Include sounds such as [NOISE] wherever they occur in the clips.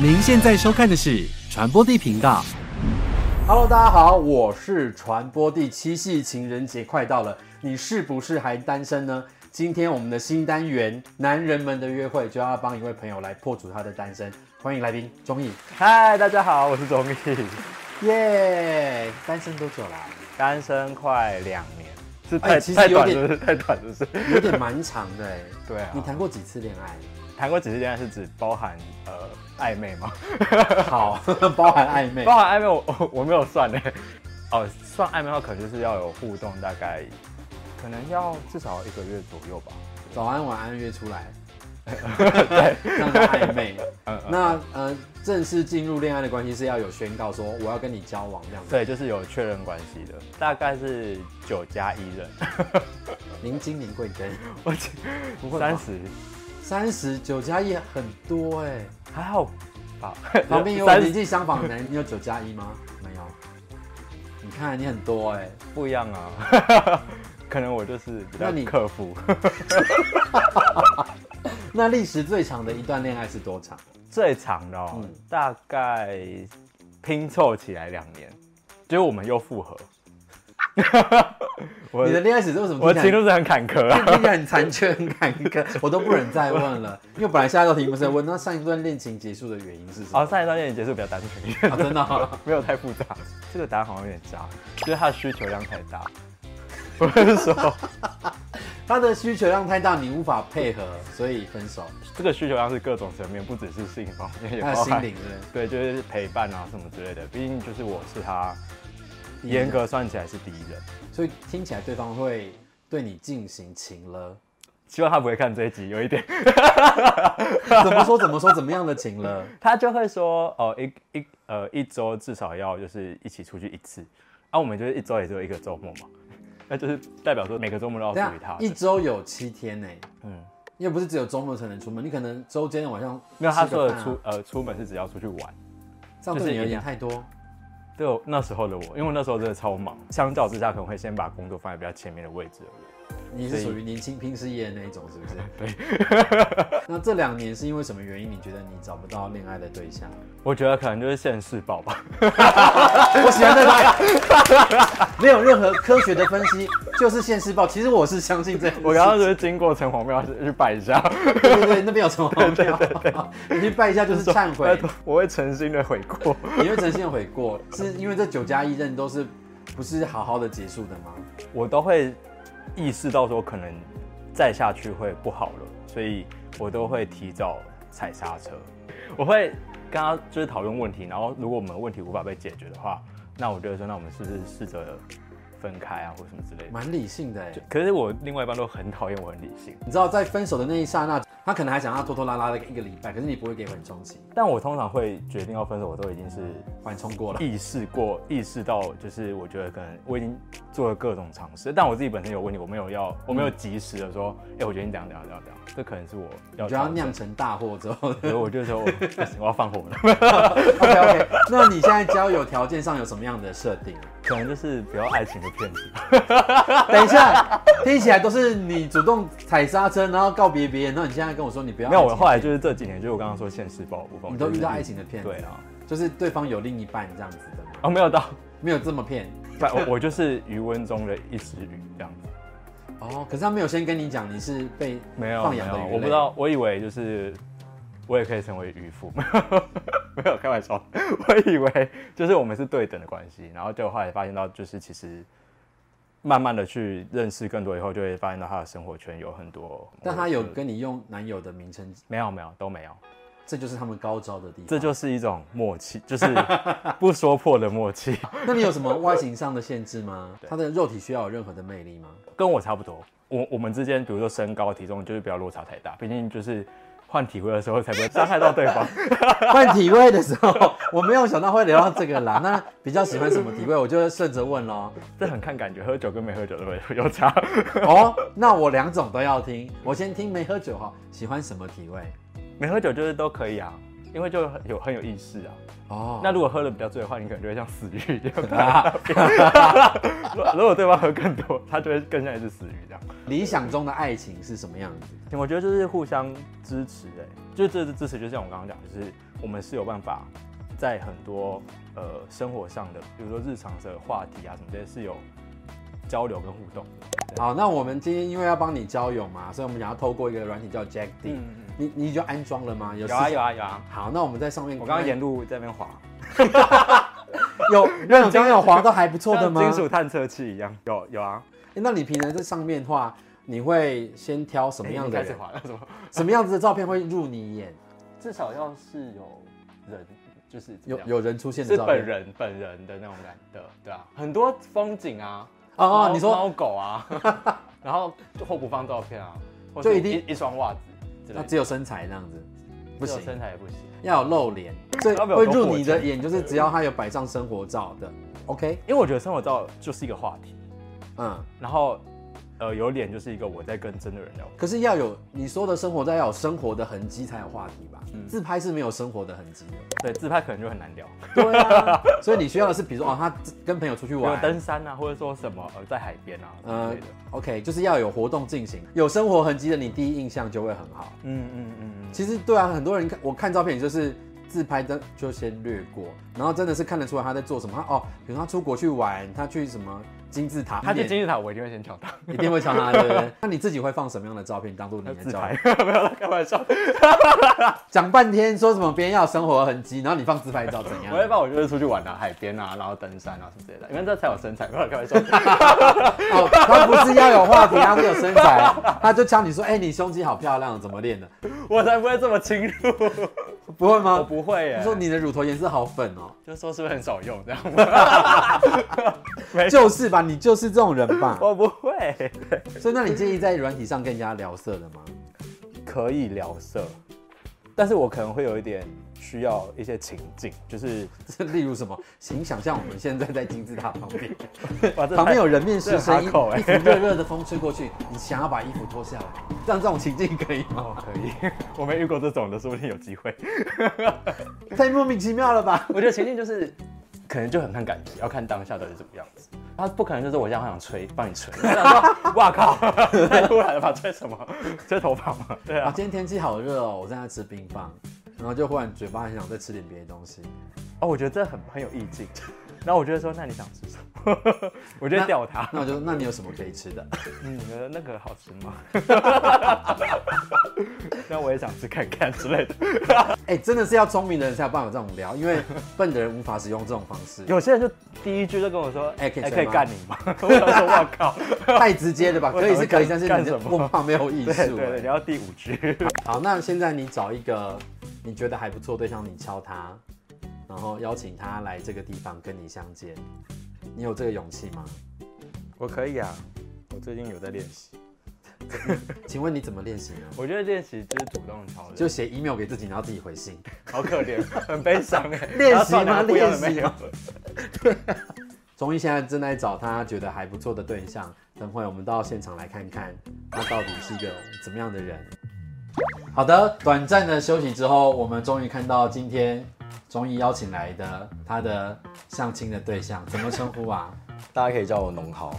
您现在收看的是传播地频道。 Hello，大家好，我是传播第七系，情人节快到了，你是不是还单身呢？今天我们的新单元《男人们的约会》就要帮一位朋友来破除他的单身，欢迎来宾钟毅，嗨，大家好，我是钟毅，耶、单身多久啦、单身快两年，是哎太、其实太有短点了，是太短了，是。有点蛮长的哎、 [LAUGHS] 对啊你谈过几次恋 [LAUGHS] 爱？谈过几次恋爱是指包含呃暧 [LAUGHS] 昧吗？好，包含暧昧包。含暧昧我 [LAUGHS] 我我没有算呢。哦，算暧昧的话，可能就是要有互动，大概可能要至少一个月左右 [LAUGHS] 吧。早安晚安约出来，对，让他暧 [LAUGHS] 昧。那呃，正式进入恋爱的关系是要有宣告说我要跟你交往这样子。 [LAUGHS] 对，就是有确认关系的，大概是九加一人。您今年贵庚？我去不会吧三十三十九加一很多哎、还好吧？旁边有我三年纪相仿的男人，你有九加一吗？没有。你看你很多哎、不一样 [LAUGHS] 啊，可能我就是比那较你克服。那历时最长的一段恋爱是多长？最长的、哦嗯大概拼凑起来两年，结果我们又复合。 [LAUGHS] 我你的恋爱史是为什么我听的起情来路是很坎坷啊，听起来很残缺、很坎坷？我都不忍再问了，因为本来下一道题目是问那上一段恋情结束的原因是什么？哦，上一段恋情结束比较单纯一点，啊真的哦没有太复杂。这个答案好像有点渣，就是他的需求量太大。 [LAUGHS] 我是说，他的需求量太大，你无法配合，所以分手。这个需求量是各种层面，不只是性方面，也他的包心含灵是不是对，就是陪伴啊什么之类的。毕竟就是我是他，严格算起来是第一人。所以听起来对方会对你进行情了。希望他不会看这一集，有一点。怎么说？怎么说？怎么样的情 [LAUGHS] 了？他就会说，哦，一一呃一周至少要就是一起出去一次，啊，我们就是一周也只有一个周末嘛， [LAUGHS] 那就是代表说每个周末都要等属一于下他的。啊一周有七天呢、嗯，因为不是只有周末才能出门，你可能周间晚上没有他吃个说饭的啊出呃出门是只要出去玩，这样对你有点太多。对我那时候的我，因为我那时候真的超忙，相较之下可能会先把工作放在比较前面的位置。你所是以属于年轻拼事业的那一种，是不是？ [LAUGHS] 对。 [LAUGHS] 那这两年是因为什么原因？你觉得你找不到恋爱的对象？我觉得可能就是现世 [LAUGHS] 报吧，我喜欢这个，没有任何科学的分析，就是现世报。其实我是相信这件事情。我刚刚就是经过城隍庙去拜一下，对对对，那边有城隍庙，你去拜一下就是忏悔， [LAUGHS] 我会诚心的悔过。 [LAUGHS] 你会诚心地悔过，是因为这九加一任都是不是好好的结束的吗？我都会意识到说可能再下去会不好了，所以我都会提早踩刹车。我会跟他就是讨论问题，然后如果我们问题无法被解决的话，那我就会说，那我们是不是试着分开啊，或什么之类的。蛮理性的哎、可是我另外一半都很讨厌我很理性，你知道，在分手的那一刹那，他可能还想要拖拖拉拉的一个礼拜，可是你不会给缓冲期，但我通常会决定要分手，我都已经是缓冲过了。意识过、意识到，就是我觉得可能我已经做了各种尝试，但我自己本身有问题，我没有要，我没有及时的说，哎、我决定怎样怎样怎样怎样，这可能是我要我嗯觉得要调整酿成大祸之后 [LAUGHS] 所以我就说我不行，我要放火了。 ，OK OK。那你现在交友条件上有什么样的设定？可能就是不要爱情的骗子。等一下，听起来都是你主动踩刹车，然后告别别人，然后你现在跟我说你不要爱没情有，的我骗。后来就是这几年，就是我刚刚说现实报部分，你都就是遇到爱情的骗子对 [LAUGHS] 啊，就是对方有另一半这样子的吗？哦没有到，没有这么骗不我我就是余温中的一时雨这样子。哦。可是他没有先跟你讲你是被没有放没养的有鱼，类我不知道，我以为就是我也可以成为渔夫， [LAUGHS] 没有没有开玩笑， [LAUGHS] 我以为就是我们是对等的关系，然后就后来发现到就是其实。慢慢的去认识更多以后，就会发现到他的生活圈有很多。但他哦有跟你用男友的名称，没有没有都没有，这就是他们高招的地方。这就是一种默契，就是不说破的默契， [LAUGHS] 那你有什么外形上的限制吗？他的肉体需要有任何的魅力吗？ [LAUGHS] 跟我差不多。我我们之间，比如说身高、体重，就是不要落差太大，毕竟就是换体位的时候才不会伤害到对方。 [LAUGHS] 换体位的时候，我没有想到会聊到这个啦。那比较喜欢什么体位，我就会顺着问咯。这很看感觉，喝酒跟没喝酒都会有差。哦，那我两种都要听，我先听没喝酒哈，喜欢什么体位？没喝酒就是都可以啊，因为就很有很有意识啊。哦，那如果喝的比较醉的话，你可能就会像死鱼 [LAUGHS] 一样趴在那边。如果如果对方喝更多，他就会更像一只死鱼这样。理想中的爱情是什么样子？我觉得就是互相支持、欸，哎，就这支持，就像我刚刚讲，就是我们是有办法在很多呃生活上的，比如说日常的话题啊什么这些是有交流跟互动的。好，那我们今天因为要帮你交友嘛，所以我们想要透过一个软体叫 Jack D，、嗯嗯你你已经安装了吗？有有啊有啊。啊有啊！好，那我们在上面我看，刚刚沿路在那边滑，有让你刚刚有滑到还不错的像 [LAUGHS] 吗？金属探测器一样，有有啊。欸那你平常在上面的话，你会先挑什么样已经的哎开始人？滑了？什么？ [LAUGHS] 什么样子的照片会入你眼？至少要是有人，就是怎么有样有人出现的是照本片？人本人的那种感的，对啊，很多风景啊，哦哦，猫你说猫狗啊， [LAUGHS] 然后就后补放照片啊，或就是一定一一双袜子之类那的，只有身材那样子，不只有行，身材也不行。要有露脸。所以要不要会有个入火你的箭眼，就是只要他有摆上生活照的，OK，因为我觉得生活照就是一个话题，嗯。然后呃有脸就是一个我在跟真的人聊，可是要有你说的生活照，要有生活的痕迹才有话题吧？嗯自拍是没有生活的痕迹的。 [LAUGHS] 对自拍可能就很难聊，对啊，所以你需要的是，比如说哦，他跟朋友出去比如玩，登山啊，或者说什么呃在海边啊之呃类的。 ，OK，就是要有活动进行，有生活痕迹的，你第一印象就会很好。嗯嗯嗯其实对啊，很多人看我看照片也就是自拍的就先略过，然后真的是看得出来他在做什么。他哦，比如他出国去玩，他去什么金字塔，嗯，他去一定金字塔，我一定会先抢他。一定会抢他的。对不对 [LAUGHS] 那你自己会放什么样的照片当做你的自照拍片？，没有啦开玩笑。讲半天说什么别人要有生活痕迹，然后你放自拍照怎 [LAUGHS] 我会样？把我就是出去玩啊，海边啊，然后登山啊什么之类的，因为这才有身材，不要开 [LAUGHS] 玩笑。哦，他不是要有话题，他是有身材， [LAUGHS] 他就敲你说，哎、你胸肌好漂亮，怎么练的？我才不会这么轻入，不会我吗？不会耶。你说你的乳头颜色好粉哦，就说是不是很少用这样？就是吧，你就是这种人吧。我不会，所以那你建议在软体上跟人家聊色的吗？ [LAUGHS] 可以聊色，但是我可能会有一点需要一些情境， [LAUGHS] 就是这例如什么？请想象我们现在在金字塔旁边，哇这旁边太有人面这狮很身，一哈口欸一股热热的风吹过去，你想要把衣服脱下来，这样这种情境可 [LAUGHS] 以吗？哦可以，我没遇过这种的，说不定有机会。太莫名其妙了吧？我觉得情境就是。可能就很看感觉，要看当下到底是怎么样子。他不可能就是我这样很想吹，帮你 [LAUGHS] 吹。我想说，哇靠，太 [LAUGHS] 突然了吧？吹什么？吹头发吗？对啊，啊，今天天气 [LAUGHS] 好热哦，我正在吃冰棒，然后就忽然嘴巴很想再吃点别的东西。哦，我觉得这很很有意境。然后我就会说，那你想吃什么？ [LAUGHS] 我就会吊他。那我就说那你有什么可以 [LAUGHS] 吃的？嗯，呃那个好吃吗？ [LAUGHS] 那我也想吃看看之类的。哎、真的是要聪明的人才有办法这种聊，因为笨的人无法使用这种方式，有些人就第一句就跟我说：“哎可以可吹以吗干 [LAUGHS] 你吗？”我想说：“我靠太直接了吧？可以是可以，但是干你就什么 [LAUGHS] 问 [LAUGHS] 话没有！”艺术、对欸。对对，聊到第五句，好，那现在你找一个你觉得还不错对象，你敲他，然后邀请他来这个地方跟你相见，你有这个勇气吗？我可以啊。我最近有在练习，请问你怎么练习呢？我觉得练习就是主动超人，就就写 email 给自己，然后自己回信。好可怜，很悲伤哎。 [LAUGHS] 练习吗然后算了不要了练习哦没有吗？钟医现在正在找他觉得还不错的对象，等会我们到现场来看看他到底是一个怎么样的人。好的，短暂的休息之后，我们终于看到今天钟医邀请来的他的相亲的对象，怎么称呼啊？大家可以叫我农豪。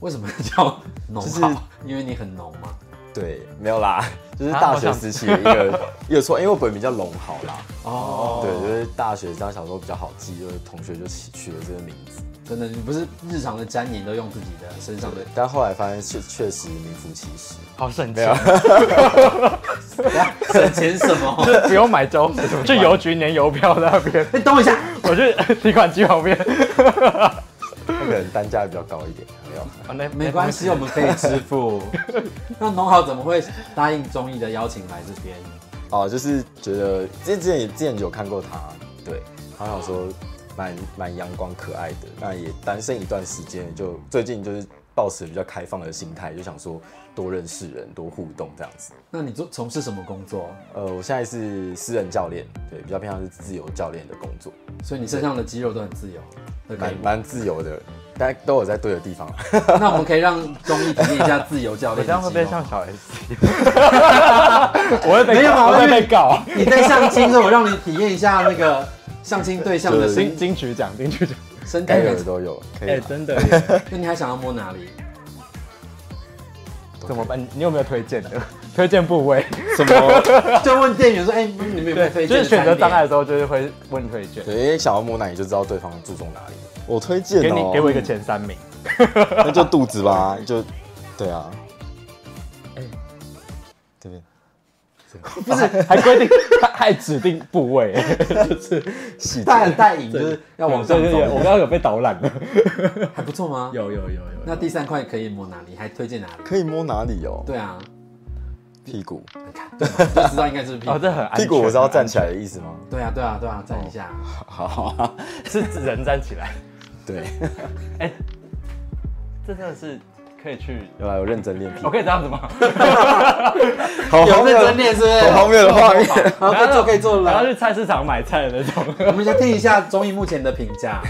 为什么叫浓就是好？因为你很浓嘛。对，没有啦， [LAUGHS] 就是大学时期的一个一个错，因为我本名叫龙豪啦。哦，对，就是大学这样想说比较好记，就是同学就取取了这个名字。真的，你不是日常的粘黏都用自己的身上的对，，但后来发现确确实名副其实。好省钱，省钱什么？ [LAUGHS] 不用买粥， [LAUGHS] 去邮局粘邮票在那边， [LAUGHS] 哎、等我一下，我去 [LAUGHS] 提款机旁边。那可能单价比较高一点，没有。哦那没关系，我们可以支付。那农豪怎么会答应中医的邀请来这边？哦，就是觉得之之前也之前有看过他，对，他想说蛮蛮阳光可爱的，那也单身一段时间，就最近就是抱持比较开放的心态，就想说多认识人，多互动这样子。那你做从事什么工作？呃，我现在是私人教练，对，比较偏向是自由教练的工作，所以你身上的肌肉都很自由，都可以蛮。蛮自由的，但都有在对的地方。啊那我们可以让中医体验一下自由教我练这样会的不肌肉。会像小 S？我会被没有啊告我因会为被告。你 [LAUGHS] 在相亲的时候，我让你体验一下那个相亲对象的金身金曲奖，金曲 [LAUGHS] 奖。身体该有的感。都有，可哎、以。真 [LAUGHS] 的耶，那你还想要摸哪里？怎么办？你有没有推荐的？ [LAUGHS] 推荐部 [LAUGHS] 位，什么？就问店员说：“哎、你们有没有推荐？”就是选择障碍，的时候，就是会问推荐，对，因为想要摸奶，你就知道对方注重哪里。我推荐给哦你给我一个前三名。那就肚子吧，就对啊。对不对？不是，还规 [LAUGHS] 定，还还指定部位，细节带带引就是 [LAUGHS] 要往上对对对，我走，刚刚有被导览了。还不错吗？ [LAUGHS] 有有有有那第三块可以摸哪里？还推荐哪里？可以摸哪里哦？对啊，屁股，就知道应该是屁股 [LAUGHS] 哦，这很安屁全。股我是要站起来的意思 [LAUGHS] 吗？对啊，对啊，对啊，站一下。好，啊， [LAUGHS] 是人站起来，对，这真的是可以去。有来我认真练屁我股，可以这样子吗？好荒有谬认的真，练是不是？好荒谬的画面。 [LAUGHS] 好， [LAUGHS] 可以做可以做我要了。去菜市场买菜的那种。我们先听一下综艺目前的评价，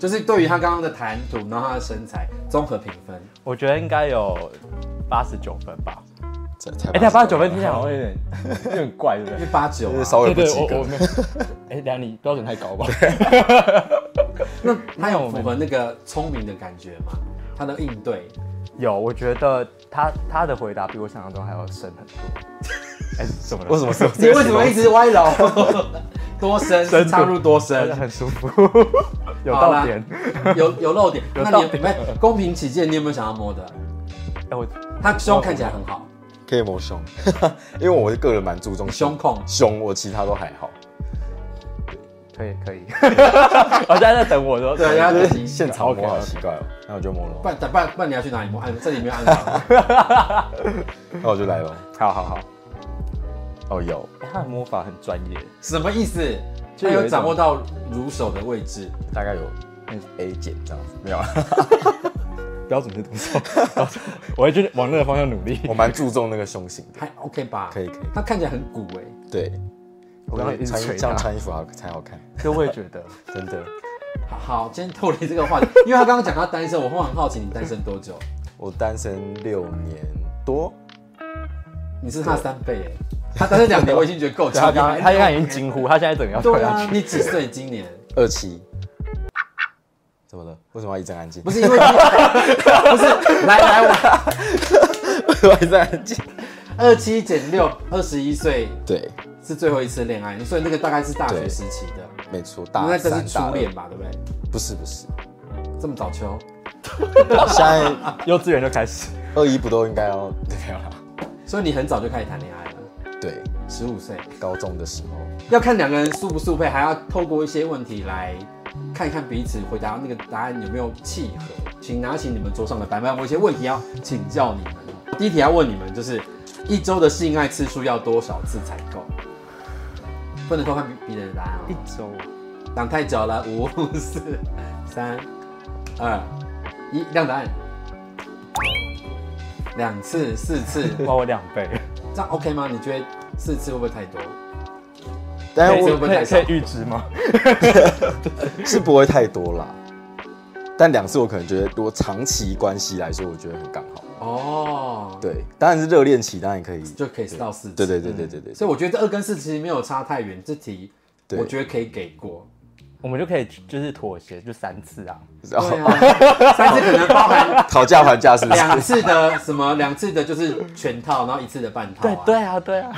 就是对于他刚刚的谈吐，然后他的身材综合评分。我觉得应该有八十九分吧。才才哎，但八十九分听起来好像有 [LAUGHS] 点有点怪，对不因对？为八九、就是啊，稍微对不对，及我我格。没有。 [LAUGHS] 哎，梁，你标准太高吧？那他有符合那个聪明的感觉吗？他的应对，有，我觉得他他的回答比我想象中还要深很 [LAUGHS] 多。哎，怎么了？[LAUGHS] 为什么是？你为什么一直歪楼？ [LAUGHS] 多深？深度插入多深？很舒服？ [LAUGHS] 有好啦到点。 [LAUGHS] 有有漏点。有那到你底没公平起见，你有没有想要摸的？哎，我他胸看起来很 [LAUGHS] 好，可以摸胸，因为我个人蛮注重胸控胸我其他都还好。可以可 [LAUGHS] 以。我现在在等我的。对，然后自己现场摸 OK，OK 好奇怪哦，那我就摸不了，然不然不然你要去哪里摸？按这里没有按 [LAUGHS] 到。那我就来了。好好好。哦，有，哎他的摸法很专业，什么意思？就他有有一种掌握到乳手的位置，大概有 A 减这样子，没有啊。 [LAUGHS] 标准是多少？ [LAUGHS] 我会去往那个方向努力。我蛮注重那个胸型的，还 OK 吧？可以可以他看起来很鼓哎、对。我刚刚一直穿捶这样他穿衣服好才好看，就会觉得真的。好好，今天脱离这个话题，因为他刚刚讲他单身，我会很好奇你单身多久？我单身六年多，你是他三倍哎、他单身两年，我已经觉得够他强刚啊刚他刚刚已经惊呼，他现在整个要跳对下啊去。，你几岁？今年二期。怎么了？为什么要一阵安静？不是因为不是来来我为什么要一阵安静？二七减六，二十一岁 [LAUGHS] 对，是最后一次恋爱，所以那个大概是大学时期的，没错，大那这三是大初二恋吧？对不对？不是不是，这么早秋，现在幼稚园就开始，二一不都应该要没有啦？所以你很早就开始谈恋爱了，对，十五岁。高中的时候，要看两个人速不速配，还要透过一些问题来看一看彼此回答那个答案有没有契合。请拿起你们桌上的白板，我有一些问题要请教你们。哦第一题要问你们，就是一周的性爱次数要多少次才够？不能偷看别人的答案哦，周挡太久了。五、四、三、二、一，亮答案。两次、四次， [LAUGHS] 哇，我两倍，这样 OK 吗？你觉得四次会不会太多？但可以是这哎我么可以可以预知吗？是不会太多啦。但两次我可能觉得，如果长期关系来说，我觉得很刚好。哦，对，当然是热恋期，当然可以。就可以到四次。对对对对对对，所以我觉得这二跟四其实没有差太远，这题对我觉得可以给过。我们就可以就是妥协，就三次啊。然后对啊，哦 [LAUGHS] 三次可能包含 [LAUGHS] 讨价还价是不是？两次的什么，两次的就是全套，然后一次的半套、对啊。对啊对啊，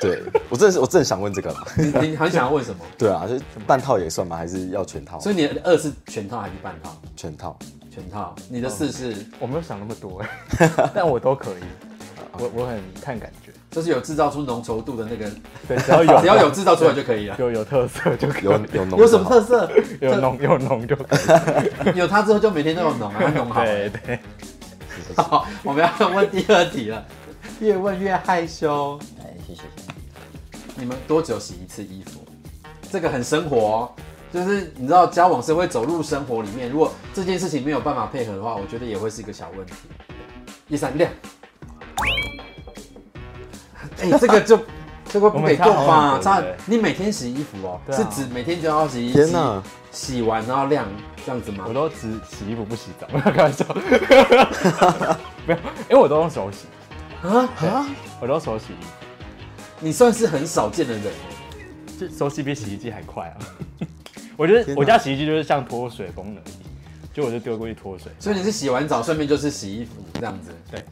[LAUGHS] 对我正是我正想问这个啦。对你你很想要问什么？对啊，就半套也算吗？还是要全套？所以你的二是全套还是半套？全套全套。你的四是 [LAUGHS] 我没有想那么多哎，但我都可以，我我很看感觉，就是有制造出浓稠度的那个，对，只要 [LAUGHS] 有只要有制造出来就可以了。有有特色就可 [LAUGHS] 以，有有浓有什么就 [LAUGHS] 好特色？有浓有浓就可以。有它之后就每天都有浓啊，浓好。对对， [LAUGHS] 好，我们要问第二题了，越问越害羞。哎谢谢。你们多久洗一次衣服？这个很生活、哦，就是你知道交往是会走入生活里面。如果这件事情没有办法配合的话，我觉得也会是一个小问题。一闪亮，哎、这个就这个不给过我们吧？差差很多对你每天洗衣服哦，对啊是指每天就要洗衣天机，哪，洗完然后晾这样子吗我？都只洗衣服不洗澡， [LAUGHS] 开玩笑，没有，因为我都用手洗，啊啊！我都手洗衣服，你算是很少见的人哦，就手洗比洗衣机还快啊。 [LAUGHS] 我觉得天哪我家洗衣机就是像脱水功能一样，就我就丢过去脱水。所以你是洗完澡顺便就是洗衣服这样子。对，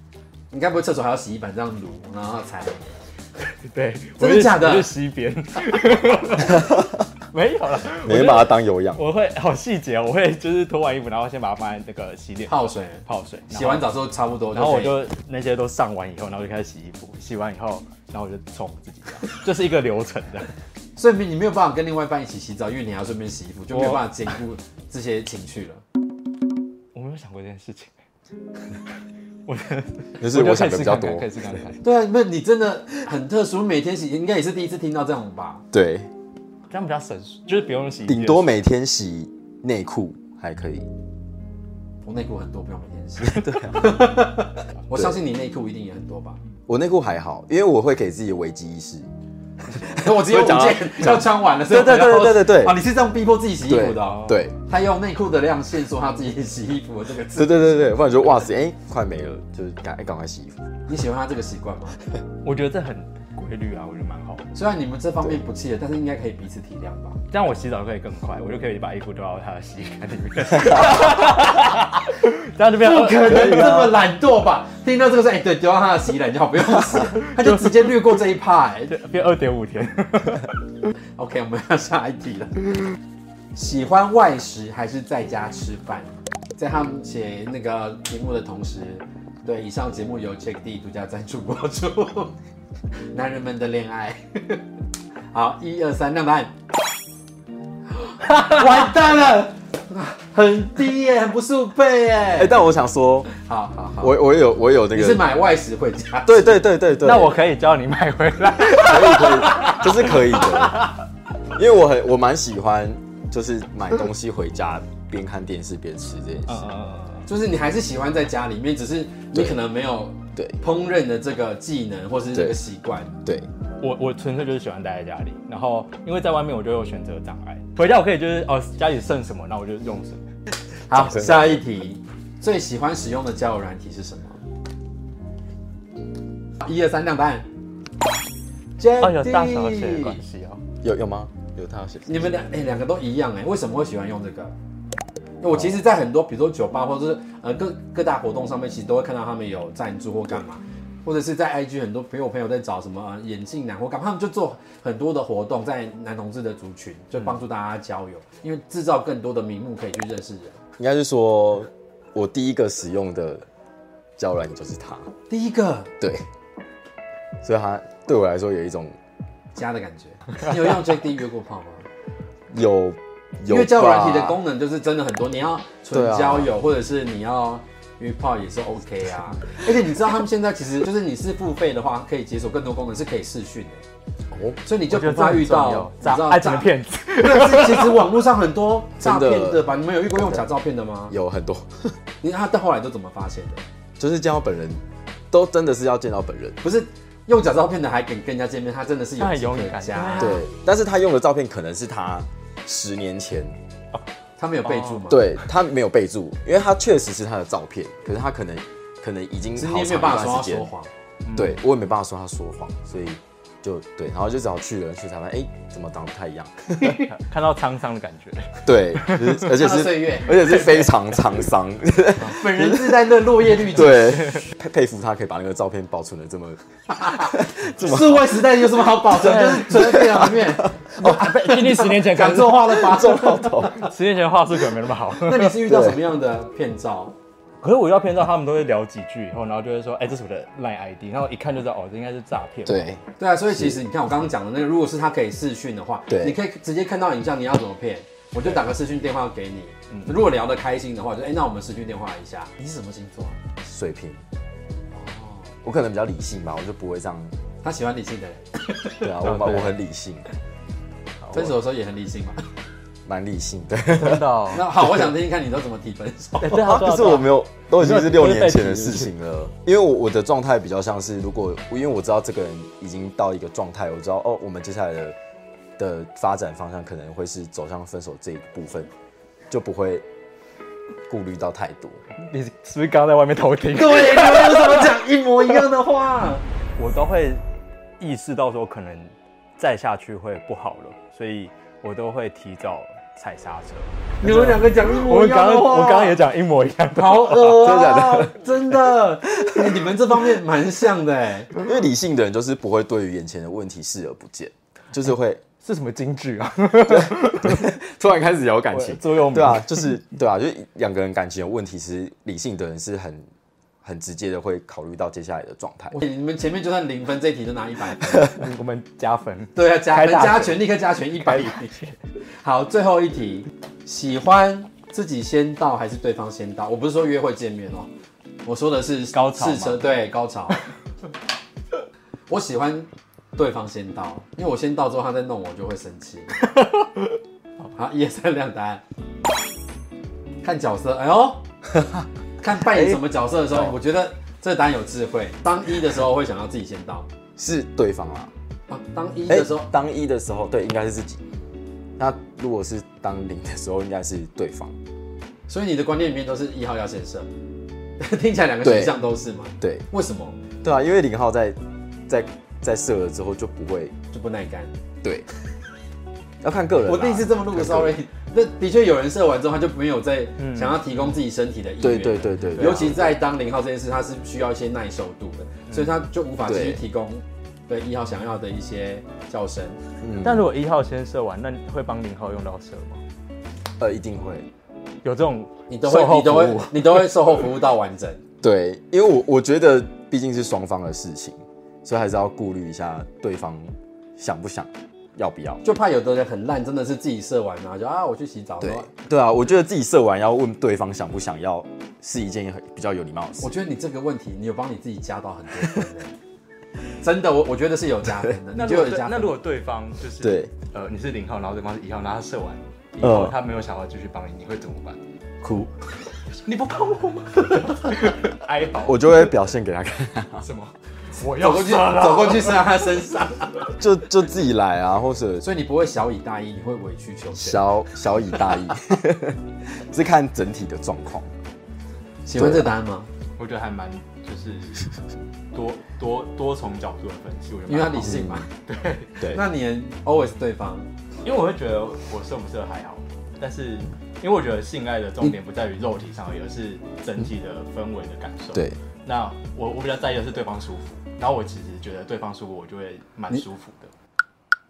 你该不会厕所还要洗衣板这样撸，然后才对，真的我是假的我是西边， [LAUGHS] 没有了，你会把它当有氧，我会好细节哦，我会就是脱完衣服，然后先把它放在那个洗脸泡水？泡水，然后洗完，澡之后差不多可以，然后我就那些都上完以后，然后就开始洗衣服，洗完以后，然后我就冲我自己这样， [LAUGHS] 就是一个流程的。所以你没有办法跟另外一半一起洗澡，因为你还要顺便洗衣服，就没有我办法兼顾这些情绪了。我没有想过这件事情， [LAUGHS] 我就就是我想的比较多可以。试看看，对啊，那你真的很特殊，每天洗，应该也是第一次听到这种吧？对，这样比较省，就是不用洗衣机的水，顶多每天洗内裤还可以。我内裤很多，不用每天洗。 [LAUGHS] 对、啊 [LAUGHS] 我相信你内裤一定也很多吧？我内裤还好，因为我会给自己危机意识。 [LAUGHS] [LAUGHS] 我只有五讲到件要穿完了，所以我对对对要对对 [LAUGHS] 对对啊，你是这样逼迫自己洗衣服的、哦？对他用内裤的量限缩他自己洗衣服的这个字对，对对对，不然就哇塞，哎、快没了，就是赶赶快洗衣服。你喜欢他这个习惯吗？我觉得这很规律啊，我觉得蛮好的。虽然你们这方面不契合，但是应该可以彼此体谅吧？这样我洗澡可以更快，我就可以把衣服丢到他的洗衣篮里面，这样就变不不可能这么懒惰吧？听到这个说，哎、对，丢到他的洗衣篮就好，不用洗，他就直接略过这一趴、哎，变二点五天。 OK，我们要下一题了。喜欢外食还是在家吃饭？在他们写那个题目的同时，对以上节目由 Check D 独家赞助播出。 [LAUGHS] 男人们的恋爱， [LAUGHS] 好，一二三，亮答案。 [LAUGHS] 完蛋了， [LAUGHS] 很低耶，很不速配哎、耶。但我想说，好好好，我我有我有那你是个，买外食回家？对对对对对，那我可以叫你买回来，可以可以，这是可以的，因为我很我蛮喜欢，就是买东西回家边看电视边吃这件嗯事。就是你还是喜欢在家里面，只是你对可能没有对烹饪的这个技能或是这个对习惯。对，我我纯粹就是喜欢待在家里，然后因为在外面我就有选择障碍，回家我可以就是哦家里剩什么，那我就用什么。好，下一题，最喜欢使用的交友软体是什么？一二三，亮答案。哦，哦有大小写的关系哦。有有吗？有他要写你们两哎两个都一样哎，为什么会喜欢用这个？因为我其实，在很多比如说酒吧或者是呃各各大活动上面，其实都会看到他们有赞助或干嘛，或者是在 IG 很多朋友朋友在找什么、呃眼镜男或干嘛，他们就做很多的活动，在男同志的族群，就嗯帮助大家交友，因为制造更多的名目可以去认识人。应该是说，我第一个使用的胶软就是它，第一个对，所以它对我来说有一种家的感觉。你有用 J D 约过炮吗？有 [LAUGHS] 有因为交友软体的吧功能就是真的很多，你要纯对啊交友、或者是你要约炮也是 OK 啊。 [LAUGHS] 而且你知道他们现在其实就是你是付费的话，可以解锁更多功能，是可以视讯的，哦，所以你就我觉不得这怕很遇重到要你知诈道哎爱情 [LAUGHS] 的骗子，但是其实网络上很多诈骗 [LAUGHS] 真的的吧？你们有遇过用假照片的吗？有很多，你他到后来都怎么发现的？就是见到本人，都真的是要见到本人。不是用假照片的还敢跟人家见面，他真的是有他很机可勇敢啊嘉，对，但是他用的照片可能是他十年前，他没有备注吗？，哦对他没有备注，因为他确实是他的照片，可是他可能可能已经其实你好也没长有一办法说段他时说间，谎。对我也没办法说他说谎，所以就对，然后就只好去了去才发现，哎、怎么长得不太一样？看到沧桑的感觉。对，就是而且看到是岁月而且是非常沧桑，本人自带那落叶 [LAUGHS] 滤镜，对，佩佩服他可以把那个照片保存的这么数位时代有什么好保存？就是存在电脑里 [LAUGHS] 面。毕竟十年前讲错话了吧？重到头，十年前的话术可能没那么好。那你是遇到什么样的骗照？可是我要偏照，他们都会聊几句以后，然后就会说，哎、这是我的 LINE ID，然后一看就知道，哦，这应该是诈 [LAUGHS] 骗。，对对啊，所以其实你看我刚刚讲的那个，如果是他可以视讯的话，对你可以直接看到影像，你要怎么骗？我就打个视讯电话给你。如果聊得开心的话，就哎、那我们视讯电话一下。嗯你是什么星座啊？水平。我可能比较理性吧，我就不会这样。他喜欢理性的人，对啊，我对我很理性，分手的时候也很理性嘛。 [LAUGHS] 蛮理性的。真的、哦。那好，我想听听看你都怎么提分手。哎对啊，啊，对啊 [LAUGHS] 可是对啊我没有，都已经是六年前的你是事被情了。因为我我的状态比较像是，如果因为我知道这个人已经到一个状态，我知道哦，我们接下来的的发展方向可能会是走向分手这一部分，就不会顾虑到太多。你是不是刚刚在外面偷 [LAUGHS] 听？对，你们为什么讲一模一样的话？我都会意识到说可能再下去会不好了，所以我都会提早踩刹车。 [LAUGHS] 你们两个讲一我模们一样刚的刚话，我刚刚也讲一模一样的，啊好 [LAUGHS] 恶啊， [LAUGHS] 真 [LAUGHS] 的真的，你们这方面蛮像的哎。因为理性的人就是不会对于眼前的问题视而不见，就 [LAUGHS] 是会是什么金句啊？突然开始聊感情。座右铭对啊，就是 [LAUGHS] 对啊，就是两个人感情的问题，其实理性的人是很很直接的会考虑到接下来的状态。我你们前面就算零分，这一题都拿一百分。我们加分。 [LAUGHS] 对啊，加开分大加拳权，立刻加权一百分。好，最后一题，喜欢自己先到还是对方先到？我不是说约会见面哦，我说的是高潮试吗车，对高潮。我喜欢对方先到，因为我先到之后他再弄我就会生 [LAUGHS] 气。好，一二三，亮答案。看角色，哎 [LAUGHS] 呦，看扮演什么角色的时候，我觉得这答案有智慧。当一的时候会想要自己先到，是对方啊，啊，当一哎、的时候。当一的时候，对，应该是自己。那如果是当零的时候，应该是对方。所以你的观念里面都是一号要先射， [LAUGHS] 听起来两个选项都是嘛？对，为什么对啊，因为零号在在在射了之后就不会就不耐干？对， [LAUGHS] 要看个人啦。我第一次这么录看个人，sorry。那的确有人射完之后，他就没有再想要提供自己身体的意愿。嗯对对对对对啊尤其在当零号这件事，他是需要一些耐受度嗯的，所以他就无法继续对提供对一号想要的一些叫声。嗯但如果一号先射完，那你会帮零号用到射吗？呃，一定会。有这种你都会售，后你都会服务，你都会售后服务到完整。对，因为我我觉得毕竟是双方的事情，所以还是要顾虑一下对方想不想，要不要。就怕有的人很烂，真的是自己射完然后就啊，我去洗澡。对然后对啊，我觉得自己射完要问对方想不想要，是一件很比较有礼貌的事我。觉得你这个问题，你有帮你自己加到很多分的， [LAUGHS] 真的，我我觉得是有加分的， [LAUGHS] 那你就如果有对加那分如。果对方就是对，呃，你是零号，然后对方是一号，然后他射完一号，呃嗯他没有想要继续帮你，你会怎么办？哭， [LAUGHS] 你不帮我吗？ [LAUGHS] 哀嚎我就会表现给他看， [LAUGHS] 什 [LAUGHS] 么？我 [LAUGHS] 走要过去，射了走过去射到他身上，就就自己来啊，或者所以你不会小以大意，你会委曲求全。小小以大意， [LAUGHS] 是看整体的状况。喜欢这答案吗？我觉得还蛮就是 [LAUGHS] 多多多重角度的分析，我觉得因为他蛮好理性嘛。对那你 always 对方，因为我会觉得我射不射还好，但是因为我觉得性爱的重点不在于肉体上而已，而是整体的氛围的感受。对，那我我比较在意的是对方舒服，然后我其实觉得对方舒服，我就会蛮舒服的。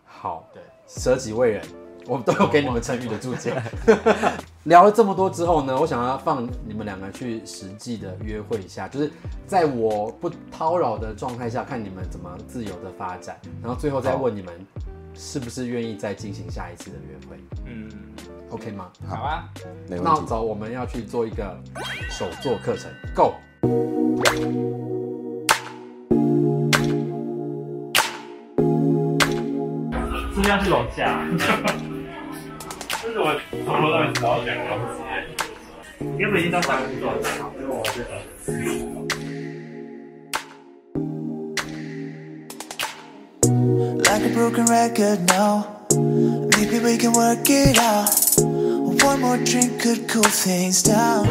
好，对，舍己为人，我们都有给你们成语的注解。哦 [LAUGHS] 聊了这么多之后呢，我想要放你们两个去实际的约会一下，就是在我不叨扰的状态下，看你们怎么自由的发展，然后最后再问你们是不是愿意再进行下一次的约会嗯， ，OK 吗？好啊，没那问题。走，我们要去做一个手作课程，Go！尽量去楼下。就是我从头到尾只要讲东西，原本已经到三个工作了，所以我觉得。 like a broken record now. Maybe we can work it out. One more drink could cool things down.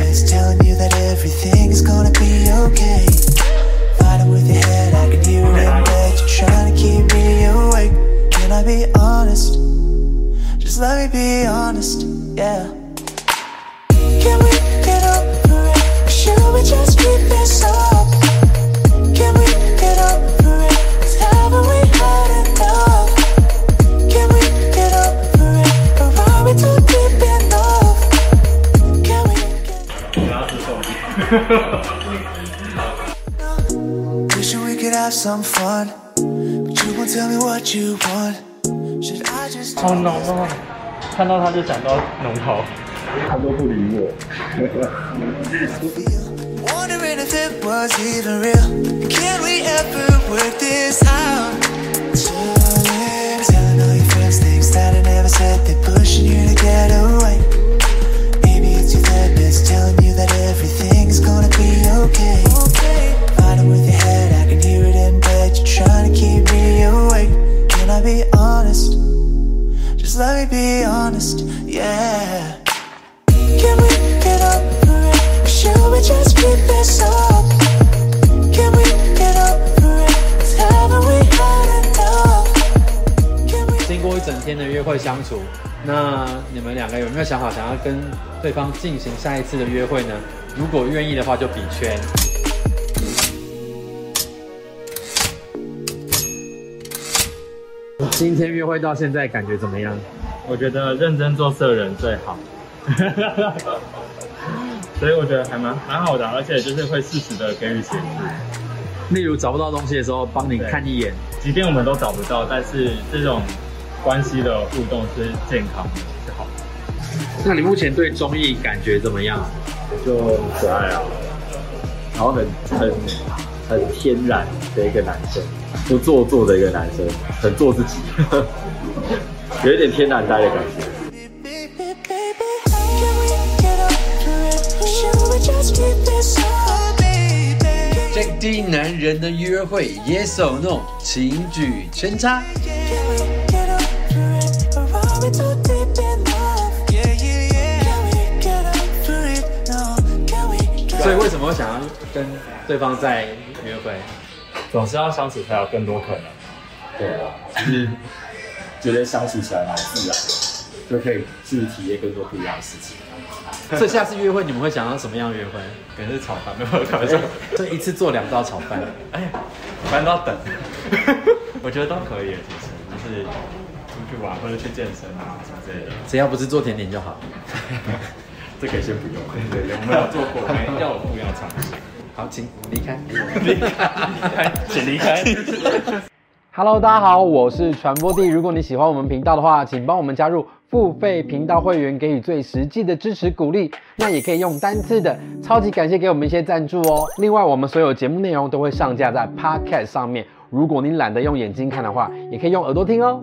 It's telling you that everything's gonna be okay. Fighting with your head, I can hear it, but you're trying to keep me awake. Can I be honest? Just let me be honest, yeah. Can we get over it? Should we just keep this up? Can we get over it? 'Cause haven't we had enough? Can we get over it? Or are we too deep in love? Can we get [LAUGHS] 我要吃豆皮。Wishing we could have some fun, but you won't tell me what you want. Should I just? 好浓哦！看到他就想到浓头。 feel. Wondering if it was even real. Can we ever work this out? Chilling, telling all your friends things that I never said. They're pushing you to get away. Maybe it's your therapist telling you that everything's gonna be okay. Okay. Fighting with your head, I can hear it in bed. You're trying to keep me awake. Can I be honest? Just let me be honest, yeah. Can we get over it? Should we just keep this up? Can we get over it? 整天的约会相处，那你们两个有没有想好想要跟对方进行下一次的约会呢？如果愿意的话，就比圈。今天约会到现在感觉怎么样？我觉得认真做色人最好， [LAUGHS] 所以我觉得还蛮蛮好的，而且就是会适时的给予协助，例如找不到东西的时候，帮你对看一眼。即便我们都找不到，但是这种关系的互动是健康的，是好的，那你目前对综艺感觉怎么样？就可爱啊，然后很很很天然的一个男生，不做作的一个男生，很做自己，有一点天然呆的感觉。 Baby, baby, how can we get over it? Should we just keep this up, baby? 这低男人的约会，Yes or No？请举圈叉。 Can we get over it? Or are we too deep in love? Yeah, yeah, yeah. Can we get over it? No, can we get 所以为什么会想要跟对方在约会？总是要相处才有更多可能。对啊，就是觉得相处起来蛮自然的，就可以去体验更多不一样的事情。所以下次约会你们会想要什么样的约会？可能是炒饭，没有搞笑，所以一次做两道炒饭。哎呀，反正都要等。 [LAUGHS] 我觉得都可以，其实就是出去玩或者去健身啊什么之类的，只要不是做甜点就好。这可以先不用。对对对，我没有做过，我们要有不一样的尝试。好，请离开。 [LAUGHS] 请离开。 Hello，大家好，我是传播帝。如果你喜欢我们频道的话，请帮我们加入付费频道会员，给予最实际的支持鼓励。那也可以用单次的，超级感谢给我们一些赞助哦。另外，我们所有节目内容都会上架在 Podcast 上面，如果你懒得用眼睛看的话，也可以用耳朵听哦。